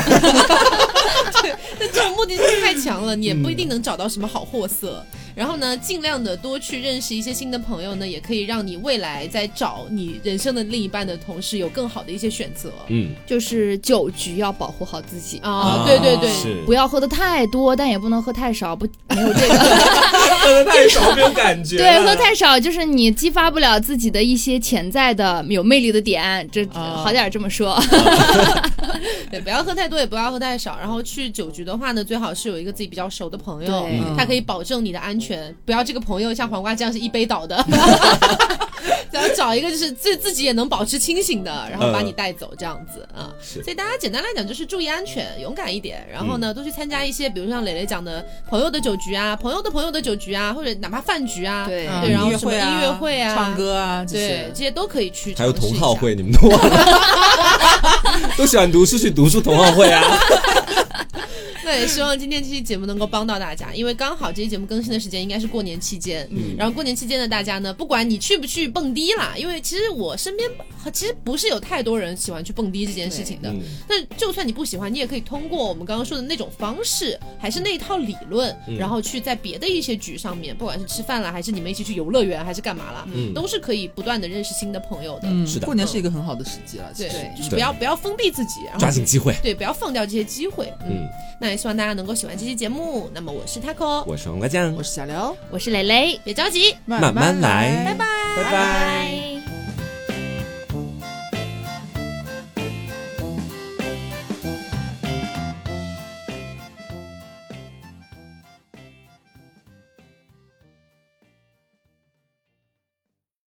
对，那这种目的性太强了，你也不嗯一定能找到什么好货色。然后呢，尽量的多去认识一些新的朋友呢，也可以让你未来在找你人生的另一半的同时，有更好的一些选择。嗯就是酒局要保护好自己啊。啊，对对对，是不要喝的太多，但也不能喝太少，不没有这个。喝的太少没有感 [LAUGHS] 觉对，喝太少就是你激发不了自己的一些潜在的有魅力的点，这啊好点儿这么说。对，不要喝太多，也不要喝太少。然后去酒局的话呢，最好是有一个自己比较熟的朋友对嗯，他可以保证你的安全。不要这个朋友像黄瓜这样是一杯倒 [LAUGHS] 的，然后找一个就是自自己也能保持清醒的，然后把你带走这样子嗯啊。是所以大家简单来讲就是注意安全，勇敢一点，然后嗯呢多去参加一些，比如像磊磊讲的朋友的酒局啊，朋友的朋友的酒局啊，或者哪怕饭局啊，对嗯对，然后音乐什么会音啊、乐会啊，唱。歌啊这对些，。这些都可以去尝试一下。还有同好会，你们都忘了，都喜欢读书去读书同好会啊。 [LAUGHS] 那也希望今天这期节目能够帮到大家，因为刚好这期节目更新的时间应该是过年期间。嗯然后过年期间的大家呢，不管你去不去蹦迪啦，因为其实我身边其实不是有太多人喜欢去蹦迪这件事情的。嗯但就算你不喜欢，你也可以通过我们刚刚说的那种方式，还是那一套理论，嗯然后去在别的一些局上面，不管是吃饭啦，还是你们一起去游乐园，还是干嘛啦，嗯都是可以不断的认识新的朋友的。嗯，是的过年是一个很好的时机了。其对实，就是对不要不要封闭自己，然后抓紧机会。对，不要放掉这些机会。嗯，那也希望大家能够喜欢这期节目。那么我是 Taco，我是黄瓜酱我，是小刘，我是蕾蕾。别着急，慢慢来，拜拜。拜拜。